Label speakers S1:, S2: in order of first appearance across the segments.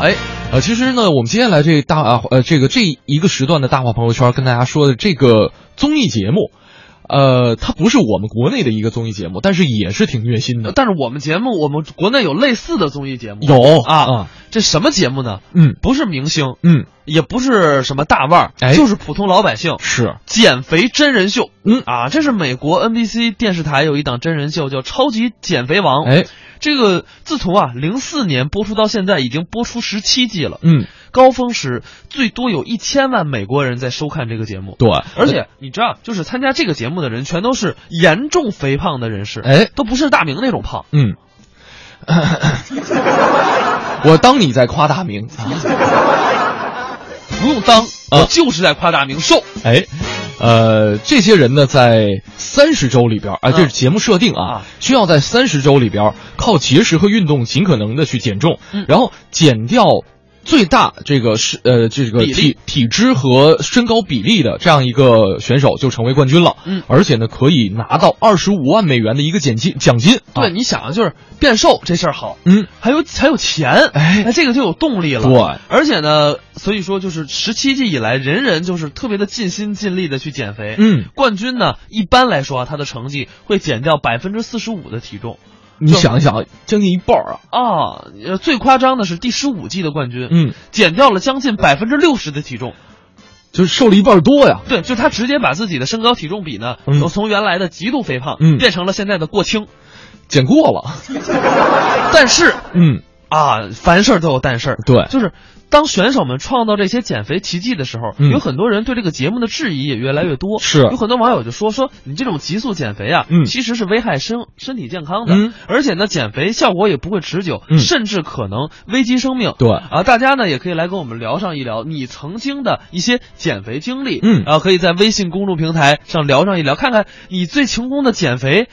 S1: 哎，呃，其实呢，我们接下来这大呃这个这一个时段的大话朋友圈跟大家说的这个综艺节目，呃，它不是我们国内的一个综艺节目，但是也是挺虐心的。
S2: 但是我们节目，我们国内有类似的综艺节目，
S1: 有
S2: 啊，这什么节目呢？
S1: 嗯
S2: 不是明星，
S1: 嗯，
S2: 也不是什么大腕儿，
S1: 哎
S2: 就是普通老百姓。
S1: 是
S2: 减肥真人秀，
S1: 嗯
S2: 啊，这是美国 NBC 电视台有一档真人秀叫《超级减肥王》。
S1: 哎，
S2: 这个自从啊零四年播出到现在，已经播出十七季了，
S1: 嗯，
S2: 高峰时最多有一千万美国人在收看这个节目。
S1: 对，
S2: 而
S1: 哎
S2: 且你知道，就是参加这个节目的人全都是严重肥胖的人士，
S1: 哎，
S2: 都不是大明那种胖。
S1: 嗯， 我当你在夸大明啊，
S2: 不用当，我就是在夸大明瘦。
S1: 哎。呃，这些人呢，在三十周里边，啊、这是节目设定啊
S2: 啊，
S1: 需要在三十周里边靠节食和运动尽可能的去减重，
S2: 嗯
S1: 然后减掉最大这个是呃这个
S2: 比例
S1: 体体脂和身高比例的这样一个选手就成为冠军了，
S2: 嗯
S1: 而且呢可以拿到二十五万美元的一个奖金奖金，啊
S2: 对，，你想啊，就是变瘦这事儿好，
S1: 嗯，
S2: 还有还有钱，
S1: 哎
S2: 那这个就有动力了。
S1: 对，
S2: 而且呢，所以说就是十七季以来，人人就是特别的尽心尽力的去减肥。
S1: 嗯，
S2: 冠军呢，一般来说啊，他的成绩会减掉百分之四十五的体重
S1: 你想一想，将近一半儿啊，
S2: 啊。呃最夸张的是第十五季的冠军，
S1: 嗯，
S2: 减掉了将近百分之六十的体重。
S1: 就是瘦了一半儿多呀，
S2: 对，就是他直接把自己的身高体重比呢，
S1: 嗯
S2: 从原来的极度肥胖，
S1: 嗯
S2: 变成了现在的过轻。
S1: 减过了，
S2: 但是
S1: 嗯，
S2: 啊，凡事都有但事儿。
S1: 对，
S2: 就是当选手们创造这些减肥奇迹的时候，
S1: 嗯
S2: 有很多人对这个节目的质疑也越来越多。
S1: 是
S2: 有很多网友就说说你这种急速减肥啊，
S1: 嗯
S2: 其实是危害身身体健康的，
S1: 嗯
S2: 而且呢，减肥效果也不会持久，
S1: 嗯
S2: 甚至可能危及生命。
S1: 对
S2: 啊，大家呢也可以来跟我们聊上一聊你曾经的一些减肥经历，
S1: 嗯
S2: 啊，可以在微信公众平台上聊上一聊，看看你最成功的减肥。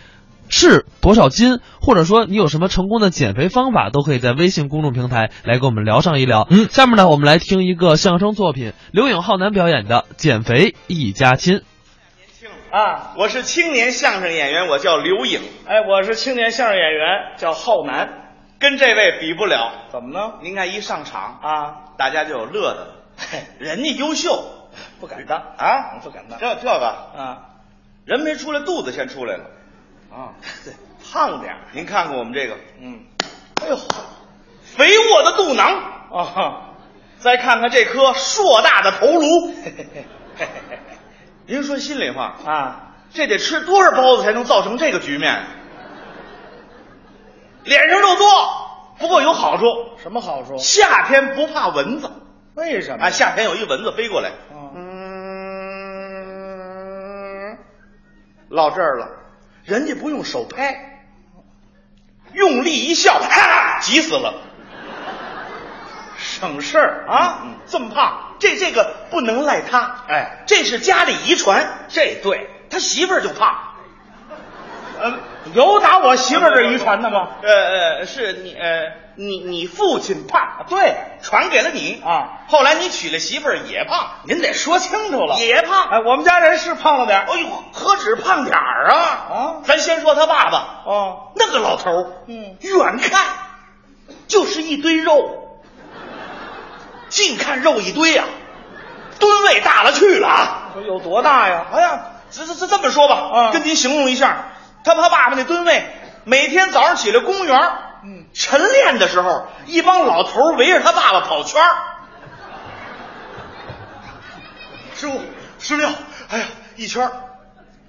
S2: 是多少斤，或者说你有什么成功的减肥方法，都可以在微信公众平台来跟我们聊上一聊。
S1: 嗯
S2: 下面呢，我们来听一个相声作品，刘颖、浩南表演的《减肥一家亲》。
S3: 啊，
S4: 我是青年相声演员，我叫刘颖，
S3: 哎，我是青年相声演员，叫浩南。
S4: 跟这位比不了。
S3: 怎么呢？
S4: 您看一上场，
S3: 啊，
S4: 大家就有乐的了，
S3: 嘿，
S4: 人家优秀
S3: 不敢当
S4: 啊，
S3: 不敢当
S4: 这这个
S3: 啊
S4: 人没出来，肚子先出来了，
S3: 啊，对，
S4: 胖点儿。您看看我们这个
S3: 嗯，
S4: 哎呦，肥沃的肚囊，
S3: 啊，
S4: 再看看这颗硕大的头颅。
S3: 嘿嘿嘿嘿嘿嘿
S4: 您说心里话，
S3: 啊，
S4: 这得吃多少包子才能造成这个局面？脸上肉多，不过有好处，
S3: 什么好处？
S4: 夏天不怕蚊子。
S3: 为什么
S4: 啊，？夏天有一蚊子飞过来，
S3: 啊
S4: 哦嗯，落这儿了，人家不用手拍，用力一笑，哈，急死了，省事儿啊！
S3: 嗯嗯
S4: 这么胖，这这个不能赖他，
S3: 哎，
S4: 这是家里遗传，这对他媳妇儿就胖。
S3: 呃，有打我媳妇儿这遗传的吗？
S4: 呃呃，是你呃你你父亲胖，
S3: 对，
S4: 传给了你
S3: 啊。
S4: 后来你娶了媳妇儿也胖，
S3: 您得说清楚了。
S4: 也胖，
S3: 哎，我们家人是胖了点儿。
S4: 哎呦，何止胖点儿啊！
S3: 啊
S4: 咱先说他爸爸，
S3: 哦，
S4: 那个老头儿，
S3: 嗯
S4: 远看就是一堆肉，近看肉一堆啊，吨位大了去了啊！
S3: 有多大呀？
S4: 哎呀，这这这这么说吧，
S3: 啊
S4: 跟您形容一下，他他爸爸那吨位，每天早上起来公园儿，
S3: 嗯
S4: 晨练的时候，一帮老头儿围着他爸爸跑圈儿。师傅，师六，哎呀，一圈儿，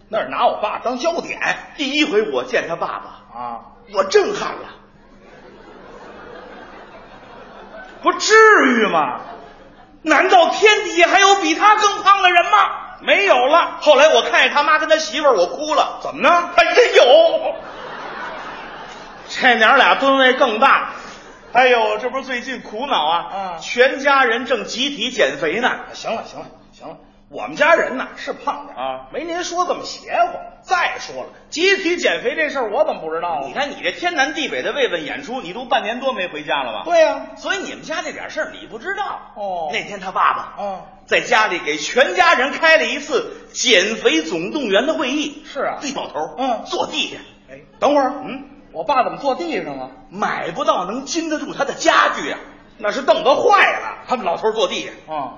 S3: 那儿拿我爸当焦点
S4: 第一回我见他爸爸，
S3: 啊？
S4: 我震撼了。
S3: 不至于吗？
S4: 难道天底下还有比他更胖的人吗？没有了。后来我看见他妈跟他媳妇儿，我哭了。
S3: 怎么呢？
S4: 还真有。
S3: 这娘俩吨位更大。
S4: 哎呦，这不是最近苦恼啊！
S3: 嗯
S4: 全家人正集体减肥呢。
S3: 行了，行了，行了，我们家人呐是胖点儿
S4: 啊
S3: 没您说这么邪乎。再说了，集体减肥这事儿我怎么不知道啊
S4: 你？看你这天南地北的慰问演出，你都半年多没回家了吧？
S3: 对呀、
S4: 所以你们家那点事儿你不知道。
S3: 哦
S4: 那天他爸爸
S3: 哦
S4: 在家里给全家人开了一次减肥总动员的会议。
S3: 是啊
S4: 一老头儿
S3: 嗯
S4: 坐地下，
S3: 哎，
S4: 等会儿，嗯，
S3: 我爸怎么坐地上啊？
S4: 买不到能禁得住他的家具啊。
S3: 那是瞪得坏了。他们老头坐地下，
S4: 啊，
S3: 哦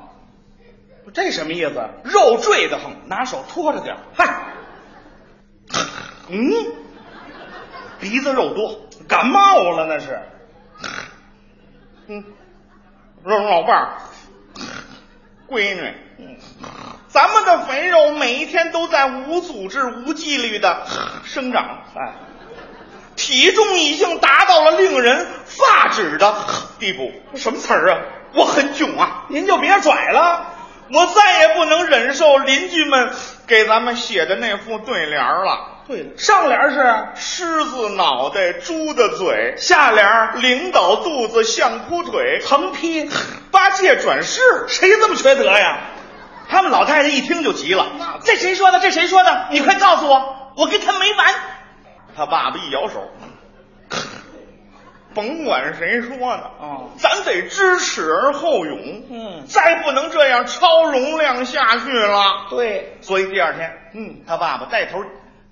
S3: 这什么意思？啊
S4: 肉坠得很，拿手托着点儿
S3: 嗨，
S4: 嗯，
S3: 鼻子肉多，感冒了那是。嗯，肉肉老伴儿，闺女，嗯，咱们的肥肉每一天都在无组织、无纪律的生长，哎，
S4: 体重已经达到了令人发指的地步。
S3: 什么词儿啊？
S4: 我很囧啊，
S3: 您就别拽了，
S4: 我再也不能忍受邻居们给咱们写的那副对联儿了。
S3: 对了，上联是
S4: 狮子脑袋，猪的嘴，
S3: 下联
S4: 领导肚子像裤腿，
S3: 横批，
S4: 八戒转世。
S3: 谁这么缺德呀？他们老太太一听就急了，这谁说的？这谁说的？你快告诉我，我跟他没完。
S4: 他爸爸一摇手，甭管谁说的
S3: 哦
S4: 咱得知耻而后勇。
S3: 嗯
S4: 再不能这样超容量下去了。
S3: 对，
S4: 所以第二天，嗯，他爸爸带头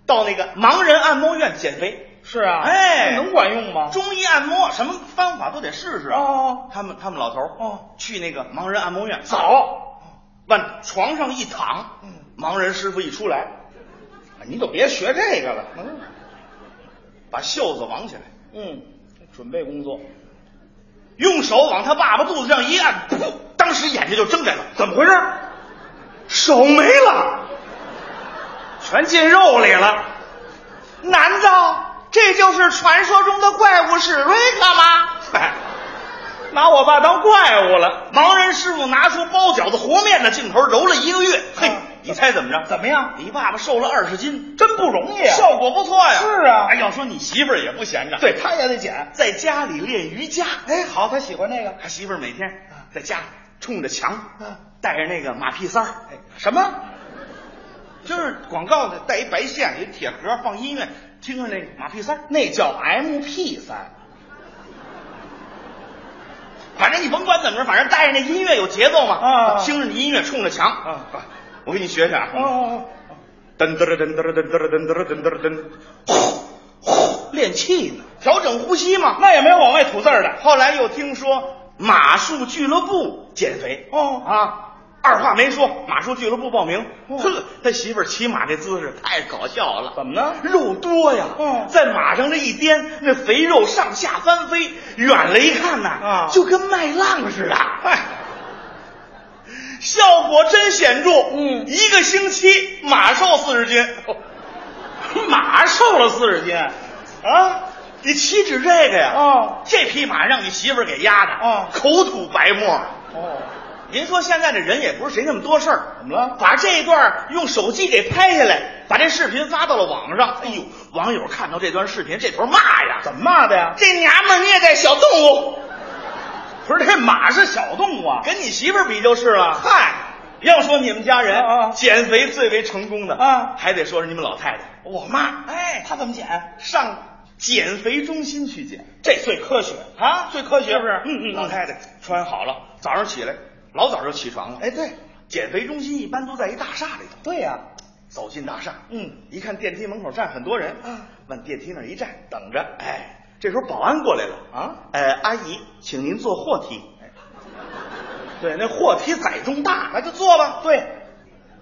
S4: 到那个盲人按摩院减肥。
S3: 是啊，
S4: 哎
S3: 这能管用吗？
S4: 中医按摩什么方法都得试试啊！
S3: 哦
S4: 他们他们老头儿
S3: 哦
S4: 去那个盲人按摩院
S3: 早，
S4: 往床上一躺，
S3: 嗯
S4: 盲人师傅一出来，哎
S3: 你就别学这个了。嗯
S4: 把袖子挽起来，
S3: 嗯，准备工作，
S4: 用手往他爸爸肚子上一按，噗，当时眼睛就睁开了，
S3: 怎么回事？
S4: 手没了，
S3: 全进肉里了。
S4: 难道这就是传说中的怪物史瑞克吗？哎
S3: 嗨，拿我爸当怪物了。
S4: 盲人师傅拿出包饺子和面的劲头揉了一个月，嘿
S3: 啊，
S4: 你猜嗯怎么着？
S3: 怎么样？
S4: 你爸爸瘦了二十斤，
S3: 真不容易啊
S4: 效果不错呀。
S3: 是啊
S4: 哎，要说你媳妇儿也不闲着，，
S3: 对，他也得减。
S4: 在家里练瑜伽。
S3: 哎，好，他喜欢那个
S4: 他媳妇儿每天在家冲着墙
S3: 啊，哎
S4: 带着那个马屁三儿，
S3: 什么？
S4: 就是广告的带一白线，有一铁盒放音乐，听着那个马屁三儿。
S3: 那叫 MP 三。
S4: 反正你甭管怎么着，反正带着那音乐有节奏嘛，
S3: 啊
S4: 听着你音乐冲着墙，
S3: 啊
S4: 我给你学学啊，
S3: 哦，
S4: 噔噔噔噔噔噔噔噔噔噔噔，呼呼，练气呢，调整呼吸嘛。
S3: 那也没有往外吐字儿的。
S4: 后来又听说马术俱乐部减肥，
S3: 哦
S4: 啊，二话没说，马术俱乐部报名。
S3: 哦
S4: 呵，他媳妇儿骑马这姿势太搞笑了，
S3: 怎么呢
S4: 肉多呀，
S3: 嗯
S4: 在马上这一颠，那肥肉上下翻飞，远了一看呐，
S3: 啊
S4: 就跟麦浪似的。
S3: 哎，
S4: 效果真显著。
S3: 嗯
S4: 一个星期马瘦四十斤， 马瘦了四十斤啊！你岂止这个呀？
S3: 哦
S4: 这匹马让你媳妇儿给压的，
S3: 哦
S4: 口吐白沫。
S3: 哦，
S4: 您说现在这人也不是谁那么多事儿，
S3: 怎么了
S4: 把这一段儿用手机给拍下来，把这视频发到了网上。哎呦，网友看到这段视频，这头骂呀，
S3: 怎么骂的呀？
S4: 这娘们儿虐待小动物？
S3: 不是，这马是小动物啊。
S4: 跟你媳妇儿比就是了。
S3: 嗨，
S4: 要说你们家人
S3: 啊啊
S4: 减肥最为成功的
S3: 啊
S4: 还得说是你们老太太，
S3: 我妈，
S4: 哎
S3: 她怎么减？
S4: 上减肥中心去减，
S3: 这最科学啊，最科学
S4: 是不是？
S3: 嗯嗯，
S4: 老太太穿好了，早上起来老早就起床了。
S3: 哎，，对，
S4: 减肥中心一般都在一大厦里头，
S3: 对呀、
S4: 走进大厦，
S3: 嗯，
S4: 一看电梯门口站很多人，
S3: 啊，
S4: 往电梯那儿一站，等着。哎，这时候保安过来了
S3: 啊，
S4: 呃，阿姨，请您坐货梯。
S3: 对，那
S4: 货梯载重大，
S3: 那就做吧。对，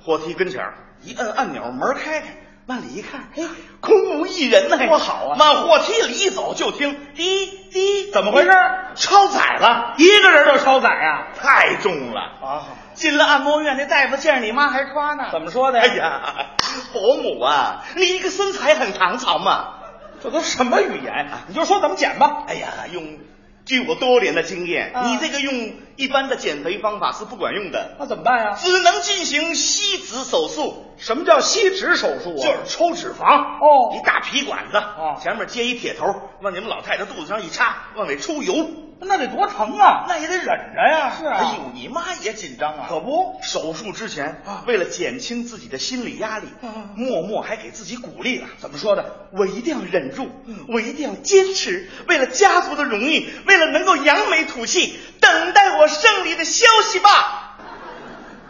S4: 货梯跟前儿一摁按钮，门开开，往里一看，
S3: 哎
S4: 嘿，空无一人呢，
S3: 多好啊
S4: 往货梯里一走，就听滴滴，
S3: 怎么回事
S4: 超载了，
S3: 一个人就超载啊。
S4: 太重了！
S3: 啊，
S4: 进了按摩院，那大夫见着你妈还夸呢，
S3: 怎么说的
S4: 哎呀，伯母啊，你一个身材很堂堂嘛。
S3: 这都什么语言？啊你就说怎么减吧。
S4: 哎呀，用据我多年的经验，
S3: 啊
S4: 你这个用一般的减肥方法是不管用的，
S3: 那怎么办呀？
S4: 只能进行吸脂手术。
S3: 什么叫吸脂手术啊
S4: 就是抽脂肪
S3: 哦
S4: 一大皮管子，
S3: 哦
S4: 前面接一铁头，往你们老太太肚子上一插，往里抽油，
S3: 那得多疼啊！
S4: 那也得忍着呀。
S3: 是啊
S4: 哎呦，你妈也紧张啊，
S3: 可不
S4: 手术之前
S3: 啊
S4: 为了减轻自己的心理压力
S3: 嗯，
S4: 默默还给自己鼓励了。
S3: 怎么说的？
S4: 我一定要忍住
S3: 嗯，
S4: 我一定要坚持。为了家族的荣誉，为了能够扬眉吐气，等待我胜利的消息吧。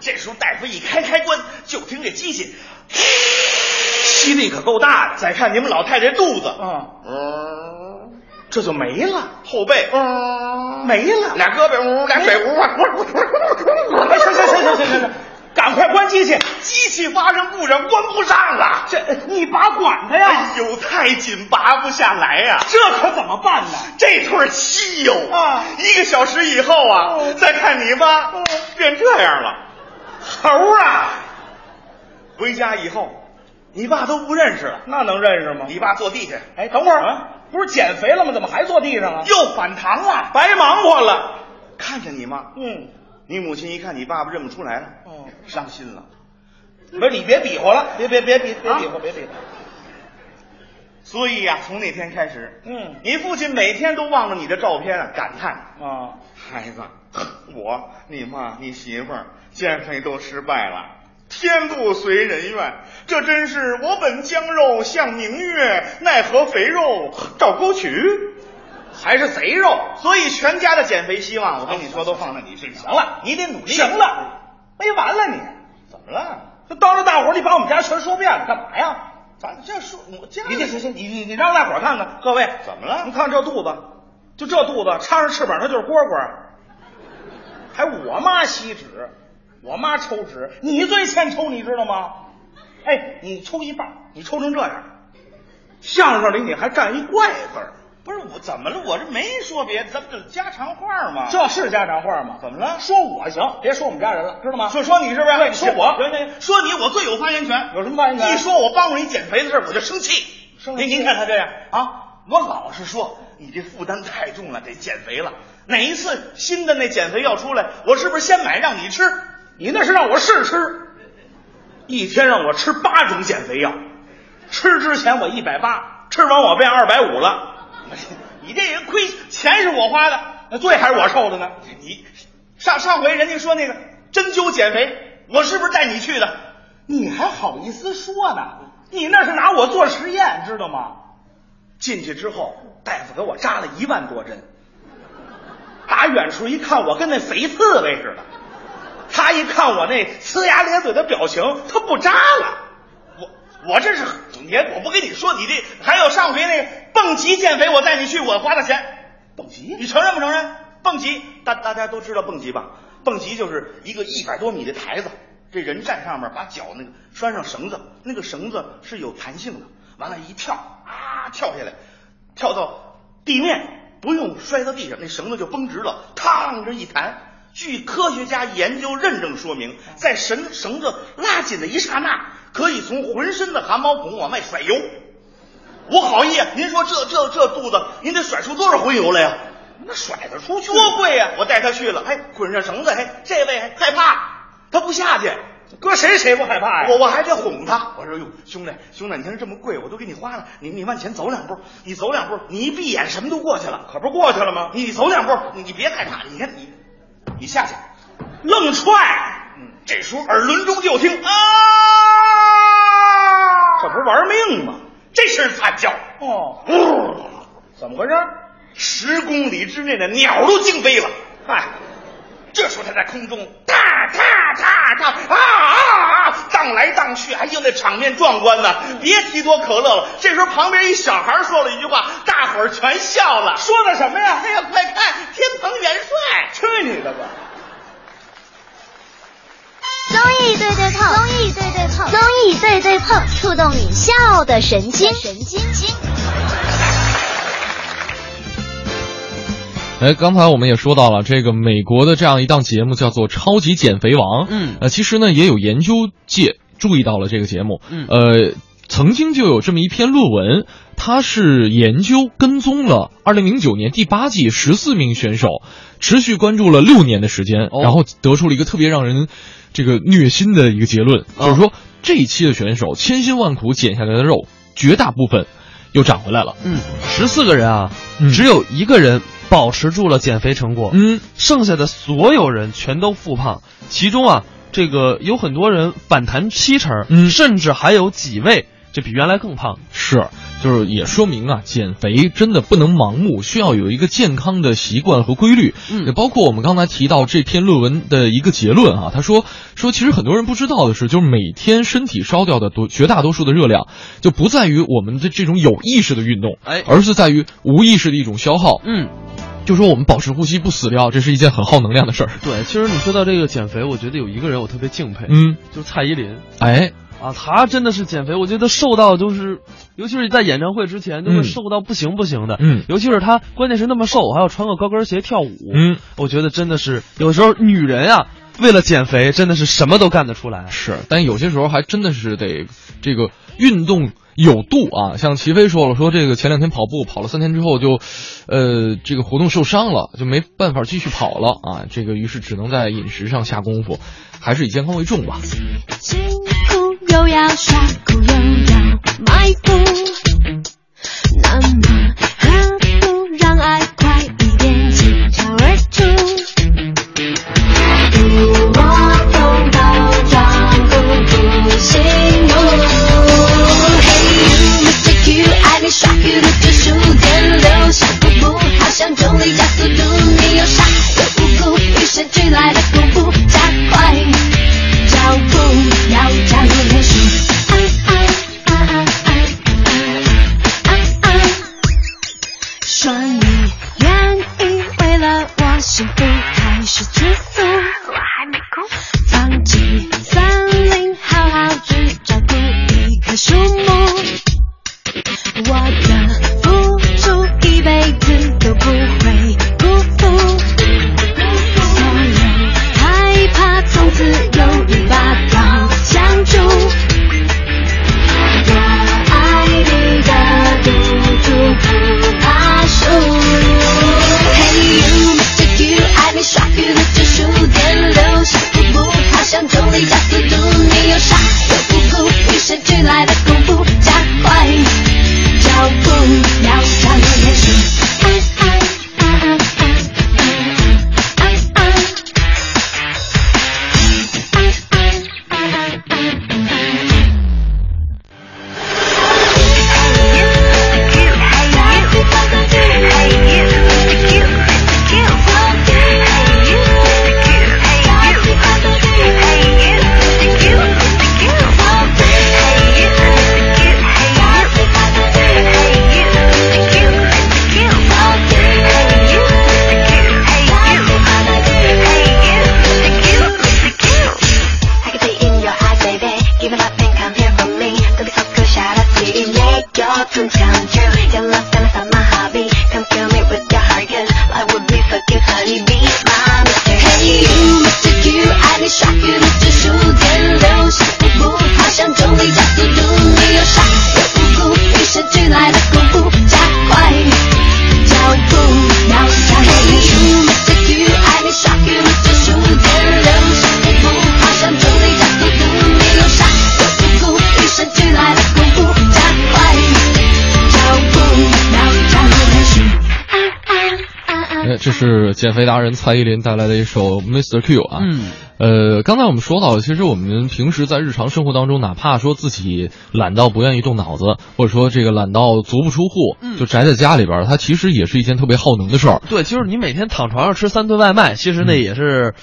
S4: 这时候大夫一开开关，就听这机器，
S3: 嗯
S4: 吸力可够大的。再看你们老太太肚子，
S3: 啊，
S4: 嗯，
S3: 这就没了，
S4: 后背
S3: 嗯，没了。
S4: 俩胳膊呜，俩腿呜，
S3: 哎行行行行行行行，赶快关机器。
S4: 机器发生故障，关不上了。
S3: 这你把管它呀
S4: 哎，呦，太紧，拔不下来呀、
S3: 这可怎么办呢？
S4: 这腿儿稀哟、
S3: 啊
S4: 一个小时以后啊，
S3: 哦
S4: 再看你吧，
S3: 哦
S4: 变这样了。
S3: 猴啊，
S4: 回家以后，你爸都不认识了。
S3: 那能认识吗？
S4: 你爸坐地下，
S3: 哎，等会儿，
S4: 啊
S3: 不是减肥了吗？怎么还坐地上啊？
S4: 又反弹了，白忙活了。看见你妈，
S3: 嗯，
S4: 你母亲一看你爸爸认不出来了，
S3: 哦
S4: 伤心了。
S3: 不是你别比划了，别别别比别
S4: 啊
S3: 比划，别比划。
S4: 所以呀、从那天开始，
S3: 嗯
S4: 你父亲每天都望着你的照片啊，感叹
S3: 啊，：“
S4: 孩子，我、你妈、你媳妇儿减肥都失败了。”天不随人愿，这真是我本将肉向明月，奈何肥肉照沟渠，还是贼肉。所以全家的减肥希望，我跟你说，都放在你身上。
S3: 啊行了，你得努力。
S4: 行了，
S3: 没完了你，
S4: 怎么了？
S3: 这当着大伙儿你把我们家全说遍了，干嘛呀？
S4: 咱这说，我家
S3: 你这行行，你你你让大伙儿看看，各位
S4: 怎么了
S3: 你看这肚子，就这肚子，插上翅膀它就是蝈蝈。还我妈吸脂，我妈抽脂，你最欠抽，你知道吗？哎，你抽一半儿，你抽成这样，相声里你还占一怪字儿，
S4: 不是我怎么了？我这没说别的，咱不就是家常话吗？
S3: 这是家常话吗？
S4: 怎么了
S3: 说我行，别说我们家人了，知道吗？
S4: 说说你是不是？
S3: 对
S4: 你
S3: 说我
S4: 行行，行说你我最有发言权。
S3: 有什么发言权
S4: 一说我帮过你减肥的事儿，我就生气。
S3: 生
S4: 您
S3: 气
S4: 您看他这样啊，我老是说你这负担太重了，得减肥了。哪一次新的那减肥药出来，我是不是先买让你吃？
S3: 你那是让我试吃，一天让我吃八种减肥药，吃之前我一百八，吃完我变二百五了，
S4: 你这人亏，钱是我花的，
S3: 那罪还是我受的呢。
S4: 你上上回人家说那个针灸减肥，我是不是带你去的？
S3: 你还好意思说呢？你那是拿我做实验，知道吗？进去之后，大夫给我扎了一万多针。打远处一看，我跟那肥刺猬似的。他一看我那呲牙咧嘴的表情，他不扎了。
S4: 我我这是你，我不跟你说，你这还有上回那个蹦极减肥，我带你去，我花的钱，
S3: 蹦极
S4: 你承认不承认？蹦极，大大家都知道蹦极吧？蹦极就是一个一百多米的台子，这人站上面，把脚那个拴上绳子，那个绳子是有弹性的，完了，一跳啊，跳下来，跳到地面，不用摔到地上，那绳子就绷直了，嘡这一弹。据科学家研究认证说明，在绳绳子拉紧的一刹那，可以从浑身的汗毛孔往外甩油。我好意，您说这这这肚子，您得甩出多少回油来呀、
S3: 那甩得出去吗
S4: 多贵呀、我带他去了，还捆上绳子，还这位还哎害怕，他不下去。
S3: 搁谁谁不害怕呀？
S4: 我我还得哄他，我说哟，兄弟兄弟，你看这么贵，我都给你花了，你你往前走两步，你走两步，你一闭眼什么都过去了，
S3: 可不过去了吗？
S4: 你走两步，你你别害怕，你看你你下去，
S3: 愣踹，
S4: 嗯，这时候耳轮中就听啊，
S3: 这不是玩命吗？
S4: 这声惨叫，
S3: 哦，
S4: 呜，
S3: 怎么回事？
S4: 十公里之内的鸟都惊飞了。
S3: 嗨，
S4: 这时候他在空中哒哒哒哒啊啊啊，荡来荡去，哎呦，那场面壮观呐！
S3: 嗯
S4: 别提多可乐了。这时候旁边一小孩说了一句话，大伙儿全笑了，说
S3: 说的什么呀？
S4: 哎呀，快看，天蓬元帅！
S3: 去你的吧！
S5: 综艺对对碰，综艺对对碰，综艺对对碰，触动你笑的神经，神经经。
S1: 哎，刚才我们也说到了，这个美国的这样一档节目叫做《超级减肥王》。
S2: 嗯
S1: 呃，其实呢，也有研究界注意到了这个节目。
S2: 嗯
S1: 呃，曾经就有这么一篇论文，它是研究跟踪了2009年第八季十四名选手，持续关注了六年的时间，
S2: 哦
S1: 然后得出了一个特别让人这个虐心的一个结论，
S2: 啊
S1: 就是说这一期的选手千辛万苦减下来的肉，绝大部分又长回来了。
S2: 嗯，十四个人啊，
S1: 嗯
S2: 只有一个人保持住了减肥成果，
S1: 嗯，
S2: 剩下的所有人全都复胖，其中啊，这个有很多人反弹七成，
S1: 嗯
S2: 甚至还有几位这比原来更胖。
S1: 是，就是也说明啊，减肥真的不能盲目，需要有一个健康的习惯和规律。
S2: 嗯
S1: 也包括我们刚才提到这篇论文的一个结论啊，他说说其实很多人不知道的是，就是每天身体烧掉的多绝大多数的热量，就不在于我们的这种有意识的运动，
S2: 哎
S1: 而是在于无意识的一种消耗。
S2: 嗯，
S1: 就说我们保持呼吸不死掉，这是一件很耗能量的事儿。
S2: 对，其实你说到这个减肥，我觉得有一个人我特别敬佩，
S1: 嗯，
S2: 就是蔡依林
S1: 哎，
S2: 啊，她真的是减肥，我觉得瘦到就是，尤其是在演唱会之前，就
S1: 嗯
S2: 是瘦到不行不行的。
S1: 嗯
S2: 尤其是她，关键是那么瘦，还要穿个高跟鞋跳舞。
S1: 嗯，
S2: 我觉得真的是有时候女人啊，为了减肥真的是什么都干得出来。
S1: 是，但有些时候还真的是得这个运动有度啊。像齐飞说了，说这个前两天跑步跑了三天之后就，呃，这个活动受伤了，就没办法继续跑了啊。这个于是只能在饮食上下功夫，还是以健康为重吧。
S5: 辛苦又要下苦又要迈步，那么何不让爱快一点倾巢而出？无我风暴抓不住心路。Hey you, Mr. Q，爱你耍 Q 的特殊电流小瀑布，好像重力加速度，你又傻又无辜，与生俱来的步步加快。脚步要加入流水。说你愿意为了我幸福开始吃素，我还没哭。放弃森林，好好去照顾一棵树木。我的付出一辈子都不会辜负。所有害怕，从此有人把刀相助。我爱你的赌注不怕输。Hey you, Mr. Q，爱你耍 Q 的指数，电流小瀑布，好像重力加速度，你又傻又无辜，与生俱来的功夫加快脚步，要超越原始。I can see in your eyes, baby. Giving up and come here for me. Don't be so cool, shout out to you. Make your dreams come true. Your love and it's my hobby. Come kill me with your heart, cause life would be so cute, honey. Be my Mr. Hey, you, Mr. Q. I need shock you, Mr. Shu. Then low, shock the boo. 好像重力加速度，你又傻又无辜，与生俱来的功夫加快脚步，要超越你。Hey, you, Mr. Q. I need shock you, Mr. Shu. Then low, shock the boo. 好像重力加速度，你又傻又无辜，与生俱来的功夫加快脚步，要超越你。哎
S1: 呃，这是减肥达人蔡依林带来的一首《Mr. Q》啊。
S2: 嗯，
S1: 呃，刚才我们说到，其实我们平时在日常生活当中，哪怕说自己懒到不愿意动脑子，或者说这个懒到足不出户，
S2: 嗯
S1: 就宅在家里边儿，它其实也是一件特别耗能的事儿。
S2: 对，就是你每天躺床上吃三顿外卖，其实那
S1: 嗯
S2: 也是、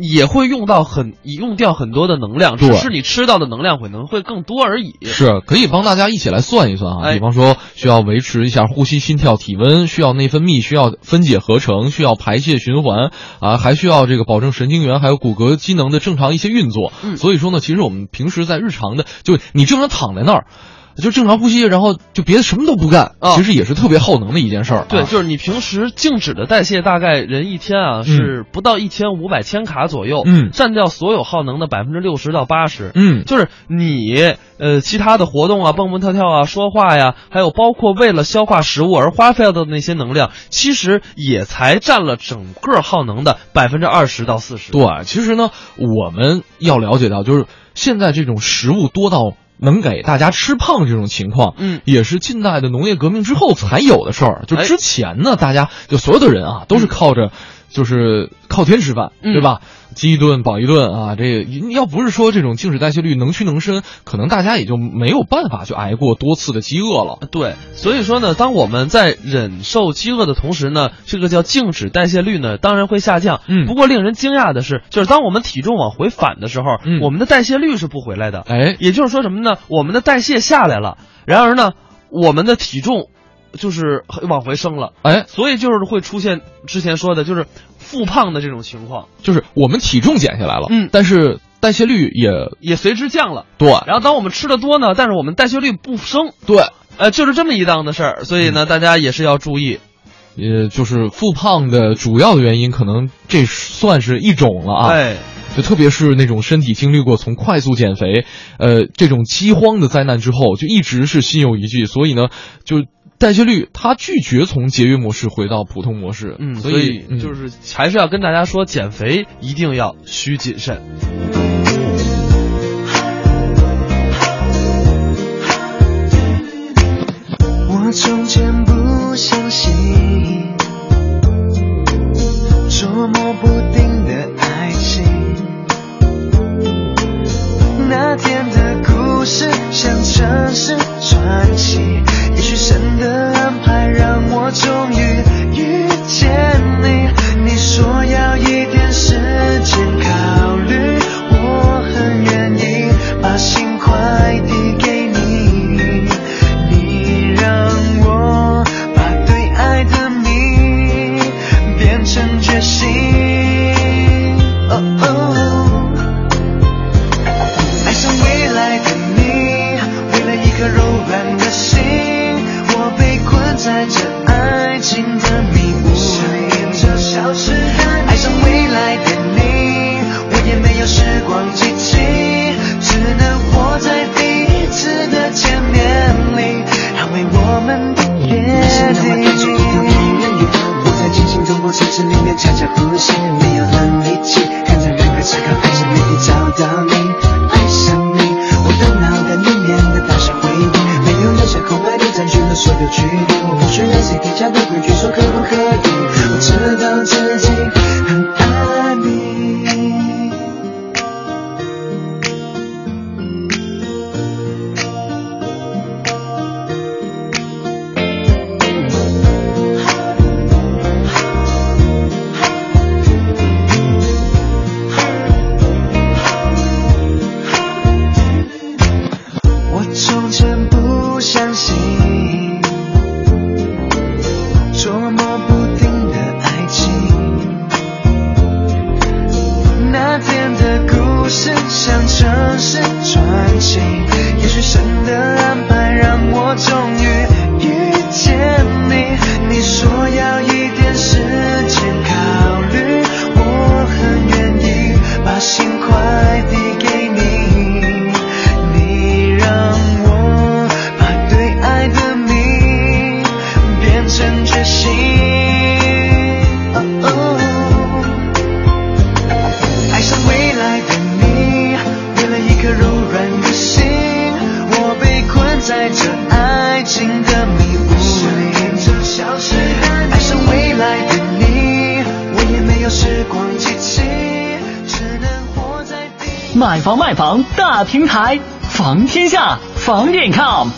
S2: 也会用到很用掉很多的能量，只
S1: 对
S2: 是你吃到的能量可能会更多而已。
S1: 是可以帮大家一起来算一算啊，
S2: 哎
S1: 比方说需要维持一下呼吸、心跳、体温，需要内分泌，需要分解合成，需要排泄循环啊，还需要这个保证神经元还有骨骼机能的正常一些运作。
S2: 嗯
S1: 所以说呢，其实我们平时在日常的，就你正常躺在那儿，就正常呼吸，然后就别的什么都不干，
S2: 啊
S1: 其实也是特别耗能的一件事儿、啊。
S2: 对，就是你平时静止的代谢，大概人一天啊、是不到一千五百千卡左右，
S1: 嗯
S2: 占掉所有耗能的百分之六十到八十。
S1: 嗯，
S2: 就是你呃，其他的活动啊，蹦蹦跳跳啊，说话呀，还有包括为了消化食物而花费到的那些能量，其实也才占了整个耗能的百分之二十到四十。
S1: 对，其实呢，我们要了解到，就是现在这种食物多到能给大家吃胖这种情况，
S2: 嗯
S1: 也是近代的农业革命之后才有的事儿。就
S2: 哎
S1: 之前呢，大家就所有的人啊，都是靠着。就是靠天吃饭，
S2: 嗯
S1: 对吧？饥一顿饱一顿啊，这要不是说这种静止代谢率能屈能伸，可能大家也就没有办法去挨过多次的饥饿了。
S2: 对，所以说呢，当我们在忍受饥饿的同时呢，这个叫静止代谢率呢，当然会下降。
S1: 嗯
S2: 不过令人惊讶的是，就是当我们体重往回返的时候，
S1: 嗯
S2: 我们的代谢率是不回来的。
S1: 哎，
S2: 也就是说什么呢？我们的代谢下来了，然而呢，我们的体重就是往回升了，
S1: 哎，
S2: 所以就是会出现之前说的，就是复胖的这种情况，
S1: 就是我们体重减下来了，
S2: 嗯
S1: 但是代谢率也
S2: 也随之降了。
S1: 对，
S2: 然后当我们吃的多呢，但是我们代谢率不升，
S1: 对，嗯
S2: 呃，就是这么一档子事儿。所以呢，大家也是要注意。
S1: 也呃就是复胖的主要的原因，可能这算是一种了啊。
S2: 哎，
S1: 就特别是那种身体经历过从快速减肥，呃，这种饥荒的灾难之后，就一直是心有余悸，所以呢，就代谢率它拒绝从节约模式回到普通模式，
S2: 嗯，
S1: 所
S2: 所以
S1: 嗯
S2: 就是还是要跟大家说，减肥一定要需谨慎。
S5: 我从前不相信，捉摸不定的爱情。那天的故事像城市传奇，也许神的安排让我终于遇见你。你说要一点时间考虑，我很愿意把心快递给你。你让我把对爱的迷变成决心。哦哦。爱上未来的你，为了一颗柔软的心，我被困在这爱情的迷雾里。爱上未来的你，我也没有时光机器，只能活在第一次的见面里，安慰我们的约定。我在清醒中过城市里面恰恰呼吸，没有了力气，看在人海时刻，还是没能找到你，爱上你，我的脑袋里面的大是回忆，没有留下空白你占据了所有距离，我不确认谁定下的规矩说可不可以，我知道自己很爱你。我从前不相信，捉摸不定的爱情。那天的故事像城市传奇，也许神的安排让我终于遇见你。你说要一点时间考虑，我很愿意把心快递给你。你让我把对爱的你变成决心。哦 oh, 哦爱上未来的你，为了一颗柔软的心，我被困在这爱情的迷雾里。爱上未来的你，我也没有时光机器，只能活在第一。
S3: 买房卖房大平台，房天下，房点 com。
S6: 房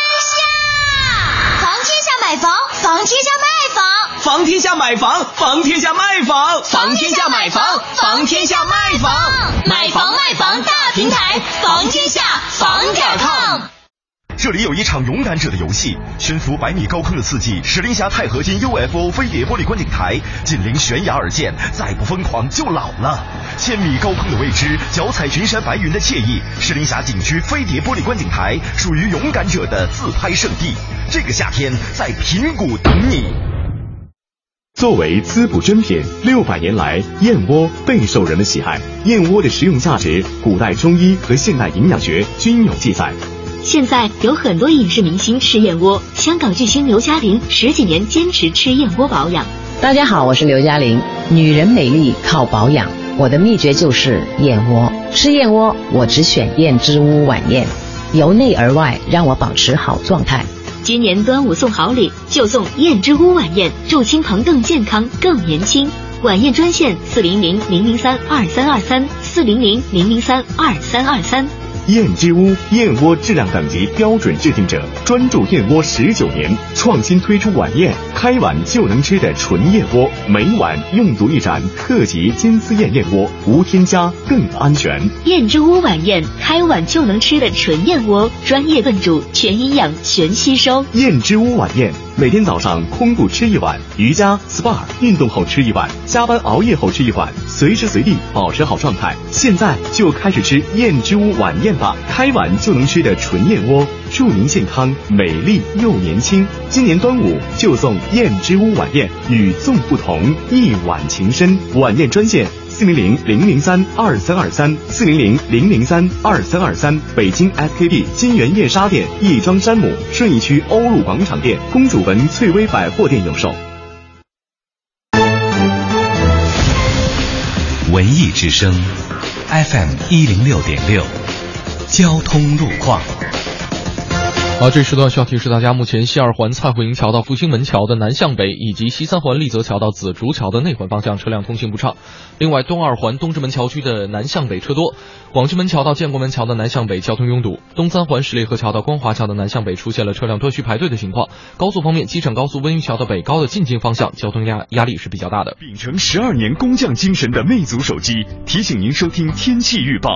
S6: 天下，房天下买房，房天下卖房，
S3: 房天下买房，房天下卖房，房天下买房，房天下卖房，
S6: 哦买房卖房大平台，房天下，房点 com。
S4: 这里有一场勇敢者的游戏，悬浮百米高空的刺激，石林峡钛合金 UFO 飞碟玻璃观景台，紧邻悬崖而建，再不疯狂就老了。千米高空的未知，脚踩群山白云的惬意，石林峡景区飞碟玻璃观景台属于勇敢者的自拍圣地。这个夏天在平谷等你。
S7: 作为滋补珍品，六百年来燕窝备受人们喜爱。燕窝的食用价值，古代中医和现代营养学均有记载。
S8: 现在有很多影视明星吃燕窝，香港巨星刘嘉玲十几年坚持吃燕窝保养。
S9: 大家好，我是刘嘉玲。女人美丽靠保养，我的秘诀就是燕窝。吃燕窝，我只选燕之屋晚宴，由内而外让我保持好状态。
S8: 今年端午送好礼，就送燕之屋晚宴，祝亲朋更健康、更年轻。晚宴专线四零零零零三二三二三四零零零零三二三二三。
S10: 燕之屋燕窝质量等级标准制定者，专注燕窝十九年，创新推出晚宴，开碗就能吃的纯燕窝，每晚用足一盏特级金丝燕燕窝，无添加更安全。
S8: 燕之屋晚宴，开碗就能吃的纯燕窝，专业炖煮，全营养，全吸收。
S10: 燕之屋晚宴，每天早上空腹吃一碗，瑜伽、SPA、运动后吃一碗，加班熬夜后吃一碗，随时随地保持好状态。现在就开始吃燕之屋晚宴吧，开碗就能吃的纯燕窝，祝您健康、美丽又年轻。今年端午就送燕之屋晚宴，与众不同，一碗情深。晚宴专线。四零零零零三二三二三，四零零零零三二三二三，北京 SKP 金源燕莎店、亦庄山姆顺义区欧陆广场店、公主坟翠微百货店有售。
S11: 文艺之声，FM 一零六点六，交通路况。
S1: 好，这时段需要提示大家，目前西二环蔡慧营桥到复兴门桥的南向北，以及西三环立泽桥到紫竹桥的内环方向车辆通行不畅。另外，东二环东直门桥区的南向北车多，广渠门桥到建国门桥的南向北交通拥堵。东三环十里河桥到光华桥的南向北出现了车辆多需排队的情况。高速方面，机场高速温榆桥的北高的进京方向交通压压力是比较大的。
S10: 秉承十二年工匠精神的魅族手机提醒您收听天气预报。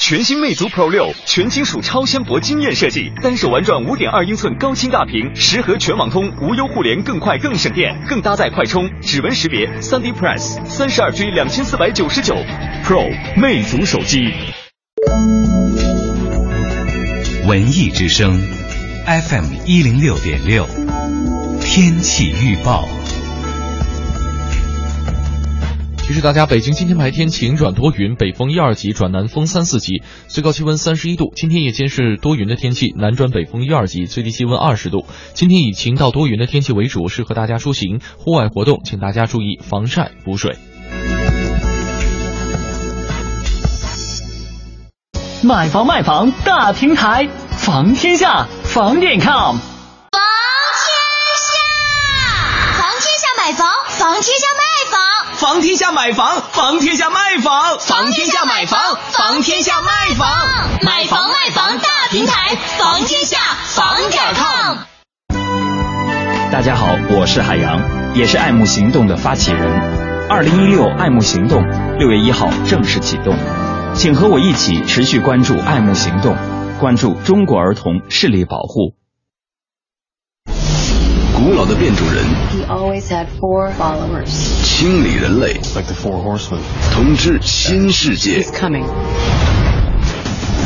S12: 全新魅族 Pro 六，全金属超纤薄惊艳设计，单手玩转五点二英寸高清大屏，十核全网通，无忧互联，更快更省电，更搭载快充、指纹识别、三 D Press，三十二 G 两千四百九十九，Pro 魅族手机。
S11: 文艺之声，FM 一零六点六，天气预报。
S1: 提示大家，北京今天白天晴转多云，北风一二级转南风三四级，最高气温三十一度。今天夜间是多云的天气，南转北风一二级，最低气温二十度。今天以晴到多云的天气为主，适合大家出行、户外活动，请大家注意防晒、补水。
S13: 买房卖房大平台，房天下，房点 com。
S14: 房天下买房，房天下卖房，
S15: 房天下买房，房天下卖房，房天下买房，房天下卖房，
S14: 买房卖房大平台，房天下房点 com。
S16: 大家好，我是海洋，也是爱慕行动的发起人。二零一六爱慕行动六月一号正式启动，请和我一起持续关注爱慕行动，关注中国儿童视力保护。
S17: 古老的变种人
S18: He always had four followers.
S17: 清理人类统治新世界。
S18: Coming.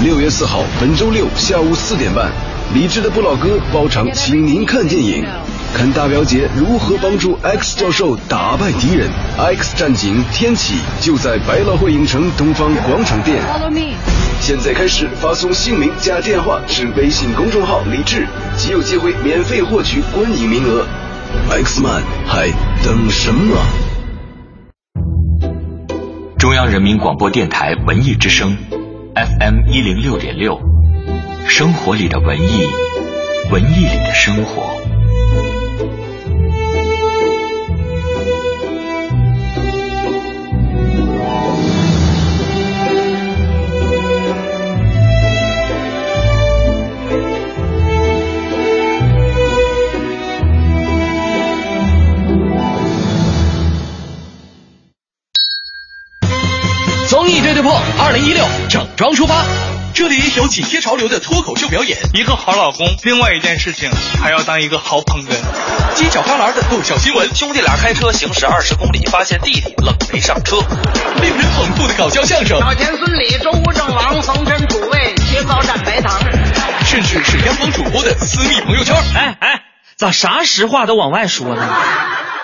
S17: 六月四号，本周六下午四点半，理智的不老哥包场，请您看电影，看大表姐如何帮助 X 教授打败敌人。X 战警天启就在百老汇影城东方广场店。
S18: Follow me.
S17: 现在开始发送姓名加电话至微信公众号“李智”，即有机会免费获取观影名额。X Man 还等什么？
S11: 中央人民广播电台文艺之声，FM 一零六点六，生活里的文艺，文艺里的生活。
S15: 综艺对对碰，二零一六整装出发。这里有紧贴潮流的脱口秀表演，一个好老公，另外一件事情还要当一个好捧哏，犄角旮旯的逗笑新闻，兄弟俩开车行驶二十公里，发现弟弟愣没上车，令人捧腹的搞笑相声，
S19: 小田、孙李、周吴、郑王、冯真、楚卫、薛高、战白糖。
S15: 甚至是央广主播的私密朋友圈。哎哎，咋啥实话都往外说呢？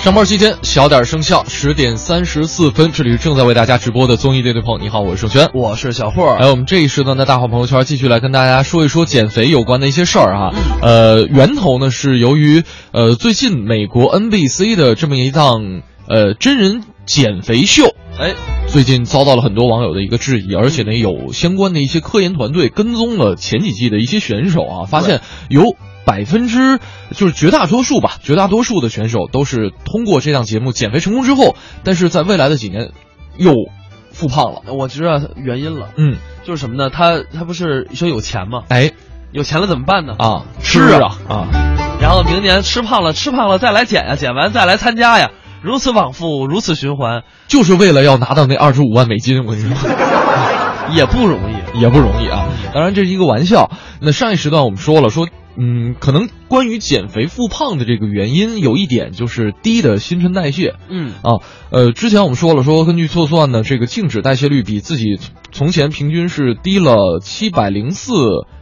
S1: 上上班期间小点声效，十点三十四分，这里是正在为大家直播的综艺对对碰。你好，我是盛轩，
S2: 我是小霍。
S1: 哎，我们这一时段的大话朋友圈继续来跟大家说一说减肥有关的一些事儿哈。呃，源头呢是由于呃最近美国 NBC 的这么一档呃真人减肥秀，
S2: 哎，
S1: 最近遭到了很多网友的一个质疑，而且呢有相关的一些科研团队跟踪了前几季的一些选手啊，发现有。百分之就是绝大多数吧，绝大多数的选手都是通过这档节目减肥成功之后，但是在未来的几年又复胖了。
S2: 我知道原因了，
S1: 嗯，
S2: 就是什么呢？他他不是说有钱吗？
S1: 哎，
S2: 有钱了怎么办呢？
S1: 啊，
S2: 吃
S1: 啊啊，
S2: 然后明年吃胖了，吃胖了再来减呀，减完再来参加呀，如此往复，如此循环，
S1: 就是为了要拿到那二十五万美金。我跟你说。
S2: 也不容易，
S1: 也不容易啊！当然这是一个玩笑。那上一时段我们说了，说嗯，可能关于减肥复胖的这个原因，有一点就是低的新陈代谢。
S2: 嗯
S1: 啊，呃，之前我们说了，说根据测算呢，这个静止代谢率比自己从前平均是低了七百零四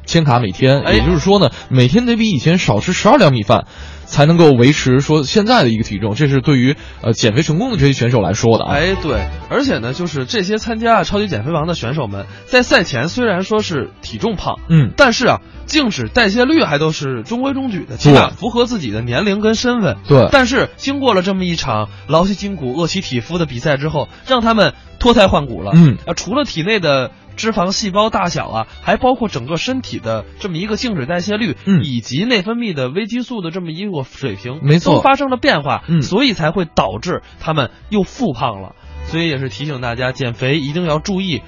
S1: 千卡每天，
S4: 哎
S1: 也就是说呢，每天得比以前少吃十二两米饭。才能够维持说现在的一个体重，这是对于呃减肥成功的这些选手来说的啊。
S2: 哎，对，而且呢，就是这些参加超级减肥王的选手们，在赛前虽然说是体重胖，
S1: 嗯，
S2: 但是啊，静止代谢率还都是中规中矩的，起码符合自己的年龄跟身份。
S1: 对
S2: 但是经过了这么一场劳其筋骨、饿其体肤的比赛之后，让他们脱胎换骨了。
S1: 嗯
S2: 啊，除了体内的。脂肪细胞大小啊，还包括整个身体的这么一个静止代谢率，
S1: 嗯
S2: 以及内分泌的微激素的这么一个水平，
S1: 没错
S2: 都发生了变化，
S1: 嗯
S2: 所以才会导致他们又复胖了。所以也是提醒大家，减肥一定要注意，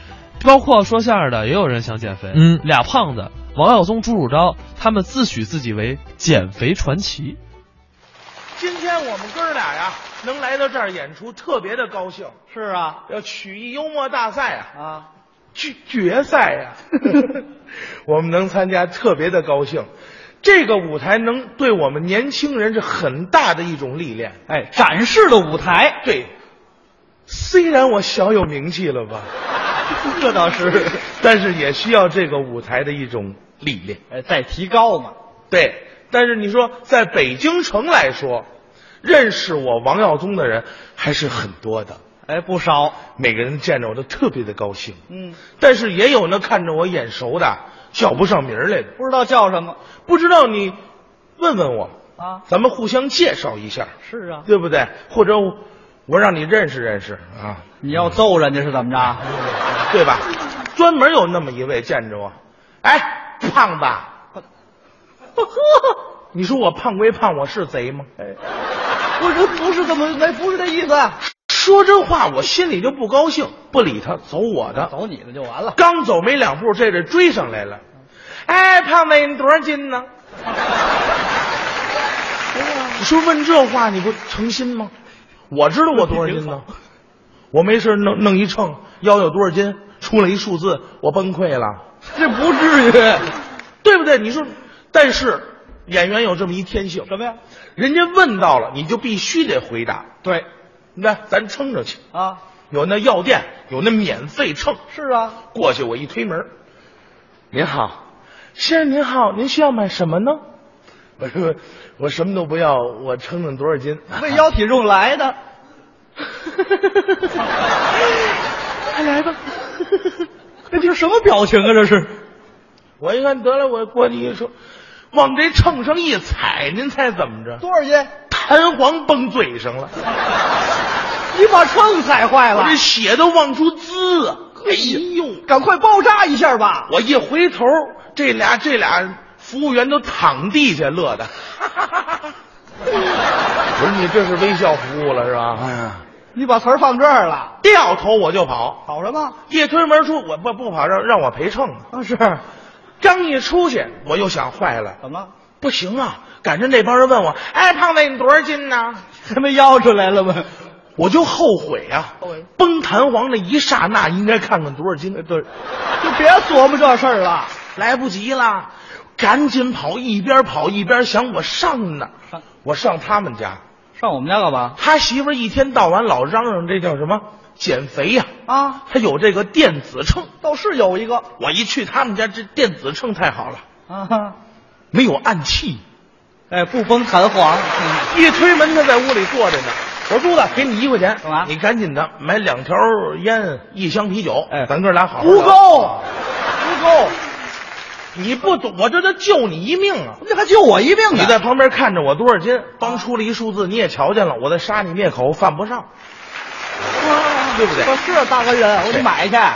S2: 包括说相声的也有人想减肥，
S1: 嗯
S2: 俩胖子王耀宗、朱汝昭，他们自诩自己为减肥传奇。
S4: 今天我们哥儿俩呀，能来到这儿演出，特别的高兴。是啊，要曲艺幽默大赛啊，啊，决决赛 呀、我们能参加，特别的高兴。这个舞台能对我们年轻人是很大的一种历练，哎，展示的舞台。对，虽然我小有名气了吧， 这倒是， 但是也需要这个舞台的一种历练，哎，再提高嘛。对，但是你说在北京城来说，认识我王耀宗的人还是很多的，哎，不少。每个人见着我都特别的高兴，
S19: 嗯，
S4: 但是也有那看着我眼熟的叫不上名儿来的，不知道叫什么，不知道你问问我
S19: 啊
S4: 咱们互相介绍一下，
S19: 是啊，
S4: 对不对？或者我我让你认识认识啊。你要揍人家是怎么着？啊对吧？专门有那么一位见着我，哎，胖子，你说我胖归胖，我是贼吗？哎，不是，不是这么，那不是这意思。说这话我心里就不高兴，不理他，走我的，走你的就完了。刚走没两步，这人追上来了，哎，胖子，你多少斤 呢？你说问这话你不诚心吗？我知道我多少斤呢，我没事弄弄一秤，腰有多少斤，出来一数字，我崩溃了，这不至于，对不对？你说，但是演员有这么一天性，什么呀？人家问到了，你就必须得回答。对，那咱撑着去啊！有那药店，有那免费秤。是啊，过去我一推门，您好，先生您好，您需要买什么呢？我说 我什么都不要，我称称多少斤？
S19: 为腰体重来的。
S4: 快来吧，这是什么表情啊？这是？我一看得了，我过去一说，往这秤上一踩，您猜怎么着？
S19: 多少斤？
S4: 弹簧崩嘴上了，
S19: 你把秤踩坏
S4: 我
S19: 了
S4: 这，血都往出滋啊！哎呦，
S19: 赶快爆炸一下吧！
S4: 我一回头，这俩这俩服务员都躺地下乐的。我说你这是微笑服务了是吧？哎呀，
S19: 你把词儿放这儿了，
S4: 掉头我就跑，
S19: 跑什么？
S4: 一推门出，我不不跑，让让我陪秤呢。啊，是。刚一出去，我又想坏了，
S19: 怎么？
S4: 不行啊！赶上那帮人问我，哎，胖子你多少斤呢？
S19: 这不要出来了吗？
S4: 我就后悔啊！崩弹簧那一刹那，应该看看多少斤。对，
S19: 呃就别琢磨这事儿了。
S4: 来不及了，赶紧跑，一边跑一边想我上哪
S19: 啊
S4: 儿？我上他们家，
S19: 上我们家干嘛？
S4: 他媳妇儿一天到晚老嚷嚷这叫什么减肥呀、
S19: 啊，
S4: 他有这个电子秤，
S19: 倒是有一个
S4: 我一去他们家，这电子秤太好了，
S19: 啊，
S4: 没有暗器，
S19: 哎，不崩弹簧，
S4: 一推门他在屋里坐着呢，我说珠子，给你一块钱，干嘛？你赶紧的买两条烟，一箱啤酒，哎，咱哥俩好好聊
S3: 不够，
S4: 不够。你不懂，我这叫救你一命啊！
S3: 这还救我一命呢
S4: 你在旁边看着我多少斤，刚出了一数字，你也瞧见了，我再杀你灭口，犯不上，对不对？
S3: 我是大官人，我得买去。啊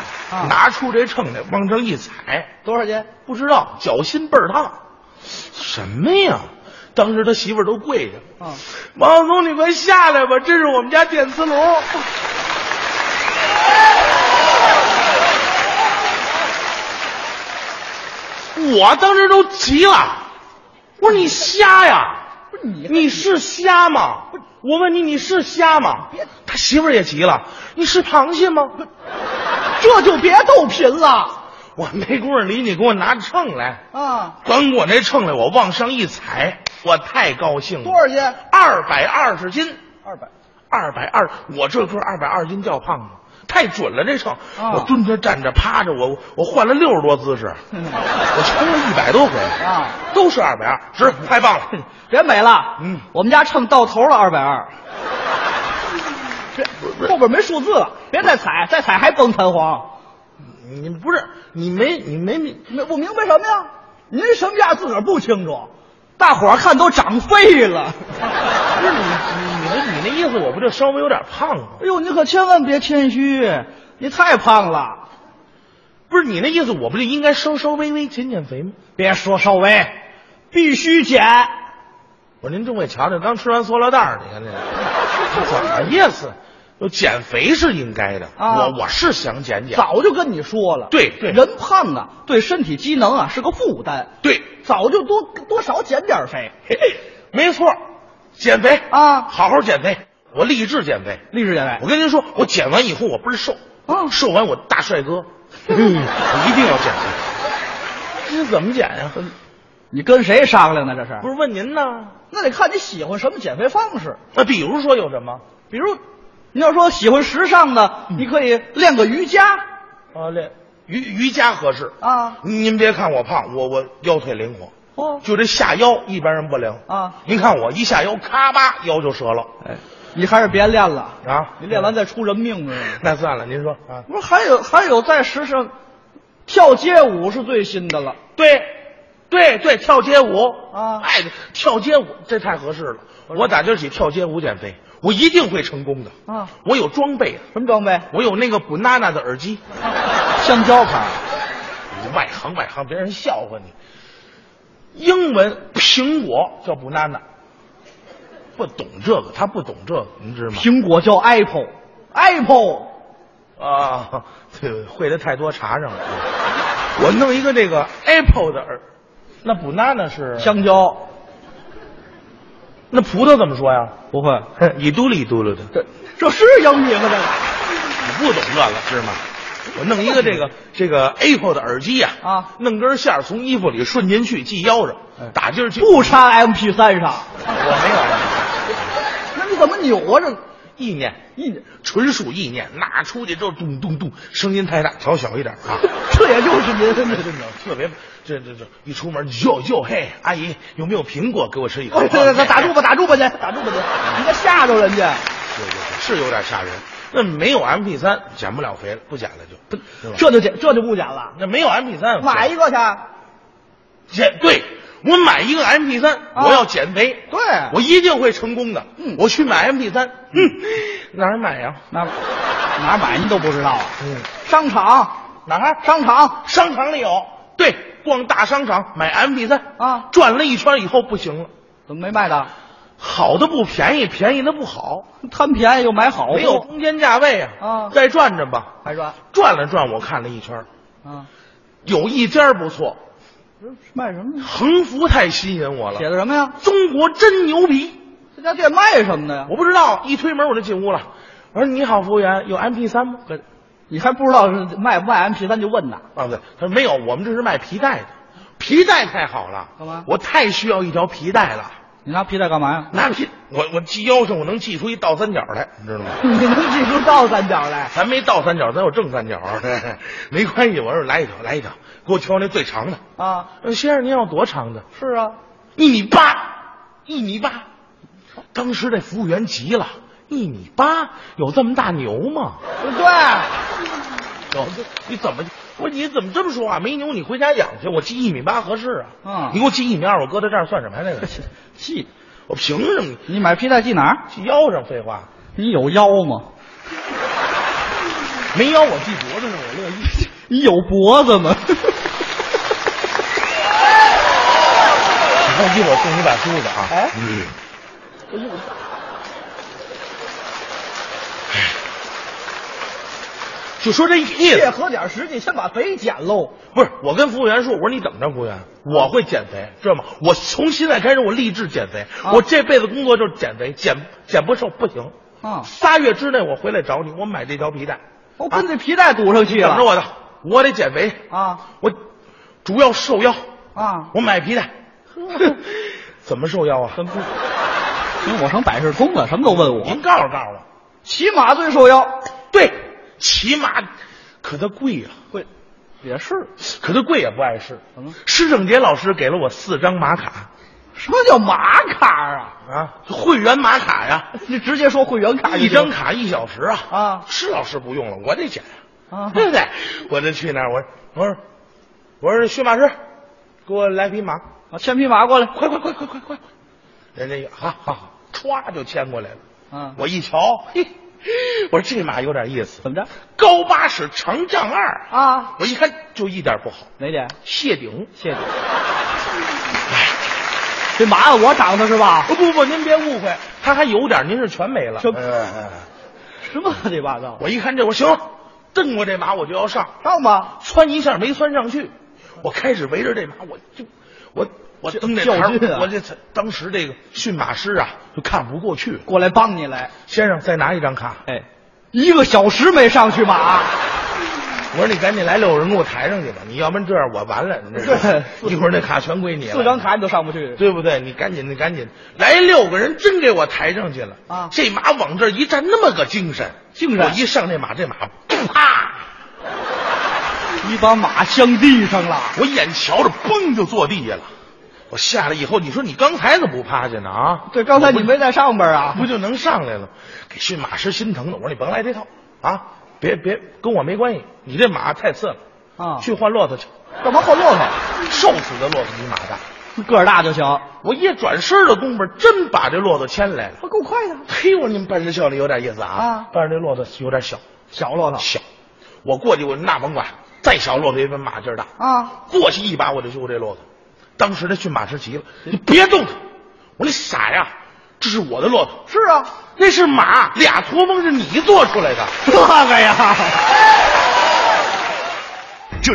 S4: 拿出这秤来，往上一踩，
S3: 多少斤？
S4: 不知道，脚心倍儿烫。什么呀？当时他媳妇儿都跪下了。
S3: 啊，
S4: 王晓东，你快下来吧，这是我们家电磁炉。我当时都急了，我说你瞎呀？你你是瞎吗？我问你，你是瞎吗？他媳妇儿也急了，你是螃蟹吗？这就别逗贫了。我没工夫理你，给我拿秤来。
S3: 啊，
S4: 端过那秤来，我往上一踩，我太高兴了。
S3: 多少斤？
S4: 二百二十斤，
S3: 二百。
S4: 二百二，我这个二百二斤叫胖吗？啊太准了，这秤。
S3: 啊
S4: 我蹲着、站着、趴着，我我换了六十多姿势，我称了一百多回
S3: 啊，
S4: 都是二百二，是太棒了。
S3: 别美了，嗯，我们家秤到头了，二百 二。别，后边没数字了，别再踩，再踩还崩弹簧。
S4: 你不是你没你没没
S3: 我明白什么呀？您什么价自个儿不清楚，大伙儿看都长肺了。
S4: 不是你你你那你那意思，我不就稍微有点胖吗？
S3: 哎呦，你可千万别谦虚，你太胖了。
S4: 不是你那意思，我不就应该稍稍微微减减肥吗？
S3: 别说稍微，必须减。
S4: 我说您这位瞧瞧，刚吃完塑料袋儿，你看这个怎么意思？就减肥是应该的，
S3: 啊
S4: 我我是想减减，
S3: 早就跟你说了，
S4: 对对
S3: 人胖啊，对身体机能啊是个负担。
S4: 对，
S3: 早就多多少减点肥。
S4: 嘿没错，减肥
S3: 啊
S4: 好好减肥，我励志减肥。
S3: 励志减肥
S4: 我跟您说，我减完以后我倍儿瘦，
S3: 啊
S4: 瘦完我大帅 哥，嗯，我一定要减肥。这怎么减呀、
S3: 呃你跟谁商量呢？这是
S4: 不是问您呢？
S3: 那得看你喜欢什么减肥方式。
S4: 那比如说有什么？
S3: 比如，你要说喜欢时尚的，你可以练个瑜伽
S4: 啊，练瑜瑜伽合适。
S3: 啊。
S4: 您别看我胖，我我腰腿灵活，
S3: 哦
S4: 就这下腰一般人不灵
S3: 啊。
S4: 您看我一下腰，咔吧腰就折 了
S3: 哎，你还是别练了，
S4: 啊。
S3: 你练完再出人命呢。
S4: 那算了，您说啊？
S3: 不是还有还有在时尚，跳街舞是最新的了。
S4: 对，对对，跳街舞
S3: 啊
S4: 哎，跳街舞这太合适了。我打今儿起跳街舞减肥，我一定会成功的
S3: 啊！
S4: 我有装备，
S3: 什么装备？
S4: 我有那个 banana 的耳机。
S3: 香蕉牌。
S4: 你外行外行，别人笑话你。英文苹果叫 banana，不懂这个，他不懂这个，您知道吗？
S3: 苹果叫 Apple，Apple
S4: 啊，对，会的太多，查上了。我弄一个这个 apple 的耳，那 banana 是
S3: 香蕉，
S4: 那葡萄怎么说呀？
S3: 不会，
S4: 一嘟噜一嘟噜的，
S3: 这这是英语吗？这个
S4: 你不懂这个是吗？我弄一个 这个这个 apple 的耳机呀、
S3: 啊哎
S4: 弄根线儿从衣服里顺进去，系腰上，打劲儿去。
S3: 不插 MP 三上，
S4: 我
S3: 那你怎么扭啊？这
S4: 没有意念，意念纯属意念，那出去之后咚咚咚，声音太大，调小一点啊。
S3: 这也就是您
S4: 真的真的特别，这这这一出门哟哟嘿，阿姨有没有苹果给我吃一口？啊
S3: 哎，对对对，打住吧，打住吧， 您打住吧，您，你这吓着 人家。
S4: 对对对，是有点吓人。那没有 MP 三减不了肥了，不减了就不，对吧
S3: 这就减，这就不减了，
S4: 那没有 MP 三
S3: 买一个去。啊
S4: 减对。我买一个 MP 三、
S3: 啊
S4: 我要减肥，
S3: 对
S4: 我一定会成功的。
S3: 嗯
S4: 我去买 MP 三，嗯，哪儿买呀、
S3: 哪哪儿买您都不知道啊？
S4: 嗯，
S3: 商场啊
S4: 哪儿？
S3: 商场
S4: 商场里有。对，逛大商场买 MP 三
S3: 啊
S4: 转了一圈以后不行了，
S3: 怎么没卖的？
S4: 好的不便宜，便宜的不好，
S3: 贪便宜又买好货，
S4: 没有中间价位啊
S3: 啊
S4: 再转转吧，
S3: 还说
S4: 转了转，我看了一圈，
S3: 啊，
S4: 有一家不错，
S3: 卖什么呀？
S4: 横幅太吸引我了，
S3: 写的什么呀？
S4: 中国真牛逼。
S3: 这家店卖什么的呀？
S4: 我不知道，一推门我就进屋了。我说：“你好，服务员，有 MP 三吗？”可
S3: 你还不知道是卖不卖 MP 三就问呐？
S4: 啊，不对，他说没有，我们这是卖皮带的，皮带太好了，
S3: 干嘛
S4: 我太需要一条皮带了。
S3: 你拿皮带干嘛呀？
S4: 拿皮，我我系腰上，我能系出一倒三角来， 你知道吗？
S3: 你能记出倒三角来？
S4: 咱没倒三角，咱有正三角，啊 没关系。我说来一条，来一条，给我挑那最长的。
S3: 啊，
S4: 呃先生，您要多长的？
S3: 是啊，
S4: 一米八，一米八。当时这服务员急了，一米八，有这么大牛吗？
S3: 对，
S4: 有这你怎么？我说你怎么这么说话？没牛你回家养去，我寄一米八合适啊。
S3: 嗯
S4: 你给我寄一米二，我搁在这儿算什么呀？那个寄，我凭什么？
S3: 你买披萨系哪儿？
S4: 系腰上，废话，
S3: 你有腰吗？
S4: 没腰我系脖子上，我乐意。
S3: 你有脖子吗？
S4: 那一会儿送你把梳子啊。哎，嗯，
S3: 哎呦，
S4: 就说这意
S3: 借
S4: 思。
S3: 喝点实际，先把肥减喽。
S4: 不是，我跟服务员说，我说你怎么着，服务员，我会减肥，知道吗？我从现在开始，我立志减肥，
S3: 啊
S4: 我这辈子工作就是减肥，减减不瘦不行。
S3: 啊，
S4: 仨月之内我回来找你，我买这条皮带，
S3: 我跟这皮带堵上去
S4: 怎么着
S3: 了
S4: 我的，我得减肥，
S3: 啊
S4: 我主要瘦腰，
S3: 啊！
S4: 我买皮带， 怎么瘦腰啊？
S3: 因为我成百事通了，什么都问我。
S4: 您告诉告诉我，
S3: 骑马最受腰，
S4: 对，骑马，可它贵呀、
S3: 会也是。
S4: 可它贵也不碍事
S3: 怎么。
S4: 施正杰老师给了我四张马卡
S3: 什么叫马卡啊？
S4: 啊，会员马卡呀、
S3: 你直接说会员卡就行
S4: 一张卡一小时啊。
S3: 啊
S4: 施老师不用了，我得减
S3: 啊
S4: 对不对？我就去那儿，我我说我说驯马师，给我来匹马，
S3: 啊，牵匹马过来，
S4: 快快快快快快！人家一好好好，歘就牵过来了。
S3: 嗯
S4: 我一瞧，嘿，我说这马有点意思，
S3: 怎么着？
S4: 高八尺，长丈二
S3: 啊
S4: 我一看就一点不好，
S3: 哪点？
S4: 谢顶。
S3: 谢谢。这马按我长的是吧？
S4: 不不不，您别误会，他还有点，您是全没了。
S3: 什
S4: 哎
S3: 什么乱七八糟？
S4: 我一看这，我行，蹬过这马我就要上，
S3: 上吧，
S4: 窜一下没窜上去，我开始围着这马，我就我我蹬这
S3: 较
S4: 盘
S3: 劲啊
S4: 儿，我这当时这个驯马师啊就看不过去了，
S3: 过来帮你来。
S4: 先生再拿一张卡，
S3: 哎，一个小时没上去马，
S4: 我说你赶紧来六个人给我抬上去吧，你要不然这样我完了，你这
S3: 对
S4: 一会儿那卡全归你了，
S3: 四张卡你都上不去。
S4: 对不对？你赶紧，你赶紧，来六个人真给我抬上去了
S3: 啊
S4: 这马往这儿一站，那么个精神，
S3: 精神
S4: 我一上这马，这马 啪，
S3: 你把马镶地上了。
S4: 我眼瞧着嘣就坐地下了。我下来以后，你说你刚才怎么不趴下呢？啊，
S3: 对，刚才你没在上边啊？
S4: 不就能上来了？给驯马师心疼的，我说你甭来这套啊，别别跟我没关系，你这马太次了
S3: 啊
S4: 去换骆驼去，
S3: 干嘛换骆驼？
S4: 瘦死的骆驼比马大。
S3: 个儿大就行。
S4: 我一转身的功夫，真把这骆驼牵来了。
S3: 我啊够快的，
S4: 嘿，我说你们办事效率有点意思啊！
S3: 啊
S4: 但是这骆驼有点小，
S3: 小骆驼
S4: 小。我过去，我说那甭管，再小骆驼也比马劲儿大。
S3: 啊，
S4: 过去一把我就揪这骆驼，当时这驯马师急了，
S3: 嗯
S4: 你别动它！我说你傻呀，这是我的骆驼，
S3: 是啊，
S4: 那是马，俩驼峰是你做出来的。
S3: 这个呀，
S20: 这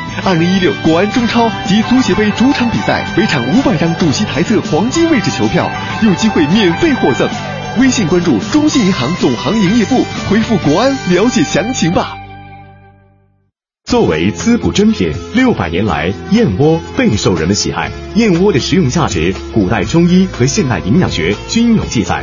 S10: 二零一六国安中超及足协杯主场比赛，每场五百张主席台侧黄金位置球票，有机会免费获赠。微信关注中信银行总行营业部，回复“国安”了解详情吧。作为滋补珍品，六百年来燕窝备受人们喜爱。燕窝的食用价值，古代中医和现代营养学均有记载。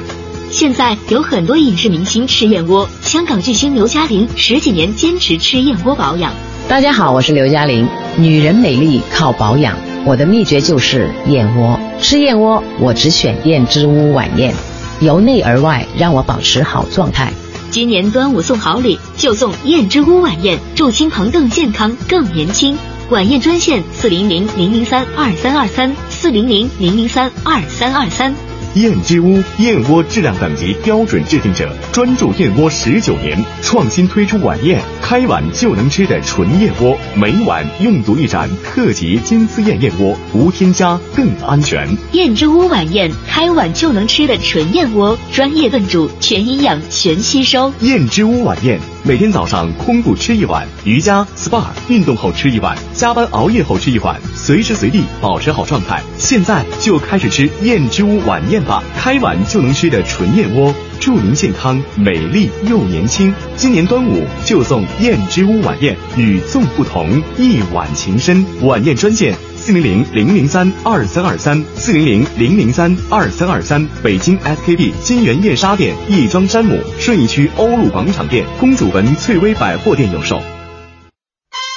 S8: 现在有很多影视明星吃燕窝，香港巨星刘嘉玲十几年坚持吃燕窝保养。
S9: 大家好，我是刘嘉玲。女人美丽靠保养，我的秘诀就是燕窝。吃燕窝，我只选燕之屋晚宴，由内而外让我保持好状态。
S8: 今年端午送好礼，就送燕之屋晚宴，祝亲朋更健康、更年轻。晚宴专线四零零零零三二三二三四零零零零三二三二三。
S10: 燕之屋燕窝质量等级标准制定者，专注燕窝十九年，创新推出晚宴开碗就能吃的纯燕窝，每晚用足一盏特级金丝燕燕窝，无添加更安全。
S8: 燕之屋晚宴，开碗就能吃的纯燕窝，专业炖煮，全营养，全吸收。
S10: 燕之屋晚宴，每天早上空腹吃一碗，瑜伽、SPA、运动后吃一碗，加班熬夜后吃一碗，随时随地保持好状态。现在就开始吃燕之屋晚宴吧，开碗就能吃的纯燕窝，助龄健康，美丽又年轻。今年端午就送燕之屋晚宴，与众不同，一碗情深。晚宴专线四零零零零三二三二三四零零零零三二三二三，北京 SKP 金源燕莎店、亦庄山姆、顺义区欧陆广场店、公主坟翠微百货店有售。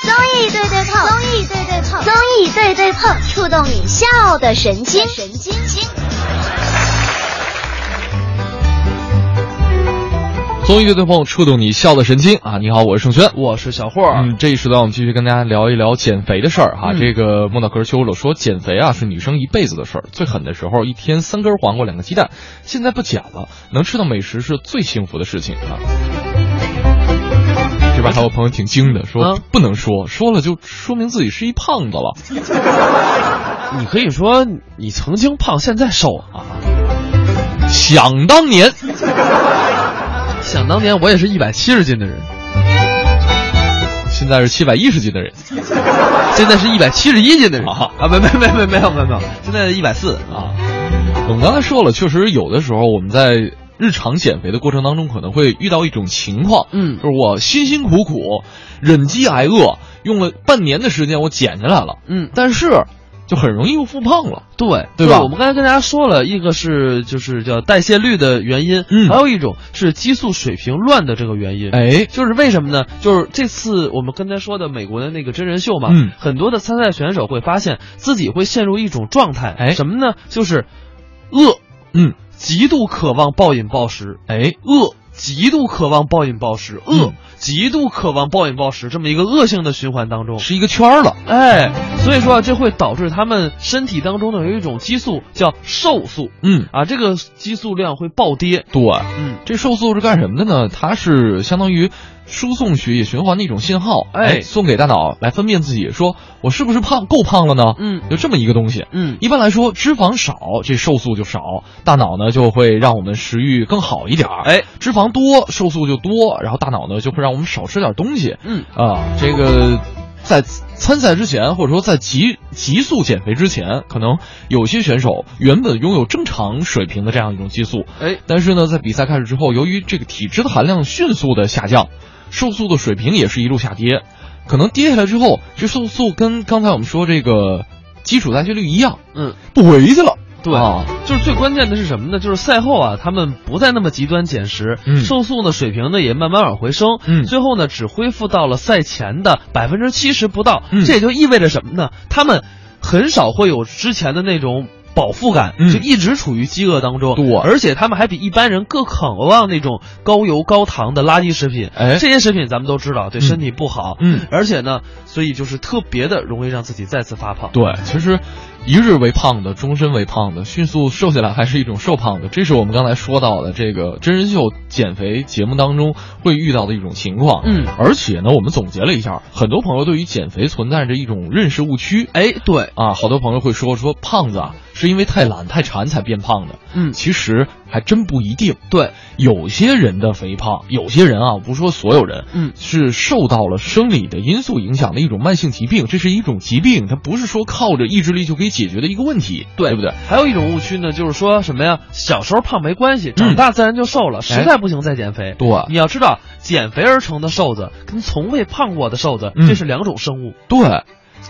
S21: 综艺对对碰，综艺对对碰，综艺对对碰，触动你笑的神经，神经经。
S1: 综艺对对碰，触动你笑的神经啊！你好，我是盛轩，
S2: 我是小霍。
S1: 嗯，这一时段我们继续跟大家聊一聊减肥的事儿哈。
S2: 嗯
S1: 这个莫道壳秋了说，减肥啊是女生一辈子的事儿，最狠的时候一天三根黄瓜两个鸡蛋，现在不减了，能吃到美食是最幸福的事情啊。这边还有朋友挺精的，说
S2: 嗯
S1: 不能说，说了就说明自己是一胖子了。
S2: 你可以说你曾经胖，现在瘦啊。
S1: 想当年，
S2: 想当年我也是一百七十斤的人，
S1: 现在是七百一十斤的人，
S2: 现在是一百七十一斤的人啊！没没没没没有没有没有，现在一百四啊。
S1: 我们刚才说了，确实有的时候我们在日常减肥的过程当中，可能会遇到一种情况，嗯，就是我辛辛苦苦忍饥挨饿，用了半年的时间，我减下来了，
S2: 嗯，
S1: 但是就很容易又复胖了，
S2: 对
S1: 对吧
S2: 我们刚才跟大家说了一个是就是叫代谢率的原因，嗯，还有一种是激素水平乱的这个原因。
S1: 哎，
S2: 就是为什么呢？就是这次我们刚才说的美国的那个真人秀嘛，
S1: 嗯
S2: 很多的参赛选手会发现自己会陷入一种状态，哎，什么呢？就是饿，
S1: 嗯，
S2: 极度渴望暴饮暴食，
S1: 哎，嗯
S2: 饿。极度渴望暴饮暴食，饿、极度渴望暴饮暴食，这么一个恶性的循环当中，
S1: 是一个圈儿了。
S2: 哎，所以说啊，这会导致他们身体当中呢有一种激素叫瘦素，
S1: 嗯
S2: 啊，这个激素量会暴跌。
S1: 对，
S2: 嗯，
S1: 这瘦素是干什么的呢？它是相当于输送血液循环的一种信号，
S2: 哎
S1: 送给大脑来分辨自己，说我是不是胖，够胖了呢？
S2: 嗯，
S1: 就这么一个东西。
S2: 嗯，
S1: 一般来说，脂肪少，这瘦素就少，大脑呢就会让我们食欲更好一点儿。
S2: 哎，
S1: 脂肪多，瘦素就多，然后大脑呢就会让我们少吃点东西。
S2: 嗯，
S1: 啊，这个在参赛之前，或者说在急急速减肥之前，可能有些选手原本拥有正常水平的这样一种激素，
S2: 哎，
S1: 但是呢，在比赛开始之后，由于这个体脂的含量迅速的下降，瘦素的水平也是一路下跌，可能跌下来之后，这瘦素跟刚才我们说这个基础代谢率一样，
S2: 嗯，
S1: 不回去了。
S2: 对，
S1: 啊
S2: 就是最关键的是什么呢？就是赛后啊，他们不再那么极端减食，
S1: 嗯
S2: 瘦素呢水平呢也慢慢往回升，
S1: 嗯
S2: 最后呢只恢复到了赛前的百分之七十不到。
S1: 嗯
S2: 这也就意味着什么呢？他们很少会有之前的那种。饱腹感
S1: 嗯
S2: 就一直处于饥饿当中，
S1: 对
S2: 而且他们还比一般人更渴望那种高油高糖的垃圾食品。
S1: 哎
S2: 这些食品咱们都知道对
S1: 嗯
S2: 身体不好，
S1: 嗯
S2: 而且呢，所以就是特别的容易让自己再次发胖。
S1: 对，其实一日为胖的，终身为胖的，迅速瘦下来还是一种瘦胖的，这是我们刚才说到的这个真人秀减肥节目当中会遇到的一种情况。
S2: 嗯
S1: 而且呢，我们总结了一下，很多朋友对于减肥存在着一种认识误区。
S2: 哎，对
S1: 啊，好多朋友会说说胖子啊是因为太懒太馋才变胖的。
S2: 嗯
S1: 其实还真不一定。
S2: 对，
S1: 有些人的肥胖，有些人啊，不说所有人，
S2: 嗯
S1: 是受到了生理的因素影响的一种慢性疾病，这是一种疾病，它不是说靠着意志力就可以解决的一个问题，对不对？
S2: 还有一种误区呢，就是说什么呀？小时候胖没关
S1: 嗯
S2: 系，长大自然就瘦
S1: 哎
S2: 了，实在不行再减肥。
S1: 对
S2: 你要知道，减肥而成的瘦子跟从未胖过的瘦子，
S1: 嗯
S2: 这是两种生物。
S1: 对，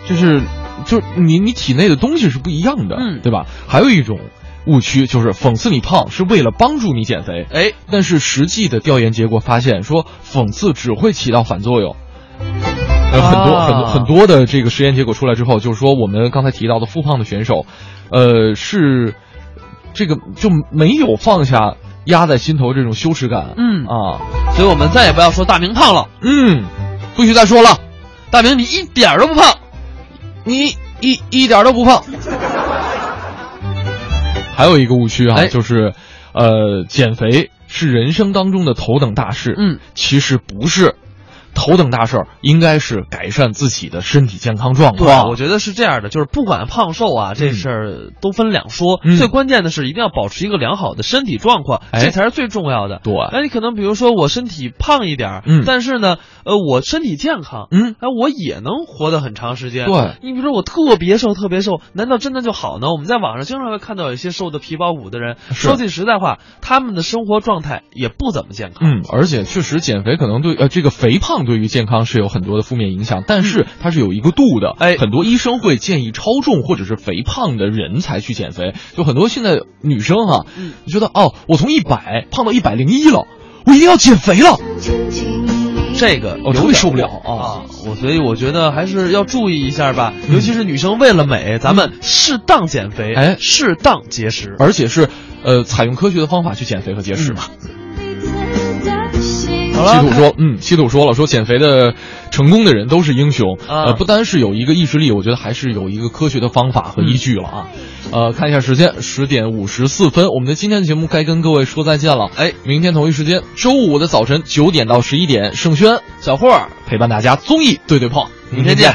S1: 就是就是你你体内的东西是不一样的，
S2: 嗯
S1: 对吧？还有一种误区就是讽刺你胖是为了帮助你减肥，
S2: 哎，
S1: 但是实际的调研结果发现，说讽刺只会起到反作用。呃，很多
S2: 啊
S1: 很多很多的这个实验结果出来之后，就是说我们刚才提到的复胖的选手，呃，是这个就没有放下压在心头这种羞耻感，
S2: 嗯
S1: 啊，
S2: 所以我们再也不要说大明胖了，
S1: 嗯，不许再说了，
S2: 大明你一点儿都不胖，
S1: 你一一点都不胖。还有一个误区啊，
S2: 哎
S1: 就是，呃，减肥是人生当中的头等大事。
S2: 嗯，
S1: 其实不是，头等大事儿应该是改善自己的身体健康状
S2: 对，
S1: 况。
S2: 我觉得是这样的，就是不管胖瘦啊，这事儿都分两说。
S1: 嗯
S2: 最关键的是一定要保持一个良好的身体状况，
S1: 哎
S2: 这才是最重要的。
S1: 对
S2: 那你可能比如说我身体胖一点儿，
S1: 嗯
S2: 但是呢，呃，我身体健康，
S1: 嗯，
S2: 哎，我也能活得很长时间。
S1: 对
S2: 你比如说我特别瘦，特别瘦，难道真的就好呢？我们在网上经常会看到有一些瘦的皮包骨的人，
S1: 是
S2: 说句实在话，他们的生活状态也不怎么健康。
S1: 嗯，而且确实减肥可能对呃这个肥胖对于健康是有很多的负面影响，但是它是有一个度的。哎，很多医生会建议超重或者是肥胖的人才去减肥。就很多现在女生哈、觉得哦，我从一百胖到一百零一了，我一定要减肥了。
S2: 这个
S1: 我特别哦受不了啊！嗯
S2: 我所以我觉得还是要注意一下吧，尤其是女生为了美，咱们适当减肥，
S1: 哎，
S2: 适当节食，
S1: 而且是呃采用科学的方法去减肥和节食嘛。稀土说，嗯，稀土说了，说减肥的成功的人都是英雄，
S2: 啊
S1: 呃，不单是有一个意志力，我觉得还是有一个科学的方法和依据了啊。呃，看一下时间，十点五十四分，我们的今天的节目该跟各位说再见了。哎，明天同一时间，周五的早晨九点到十一点，盛轩、小霍儿陪伴大家综艺对对碰，
S2: 明天见。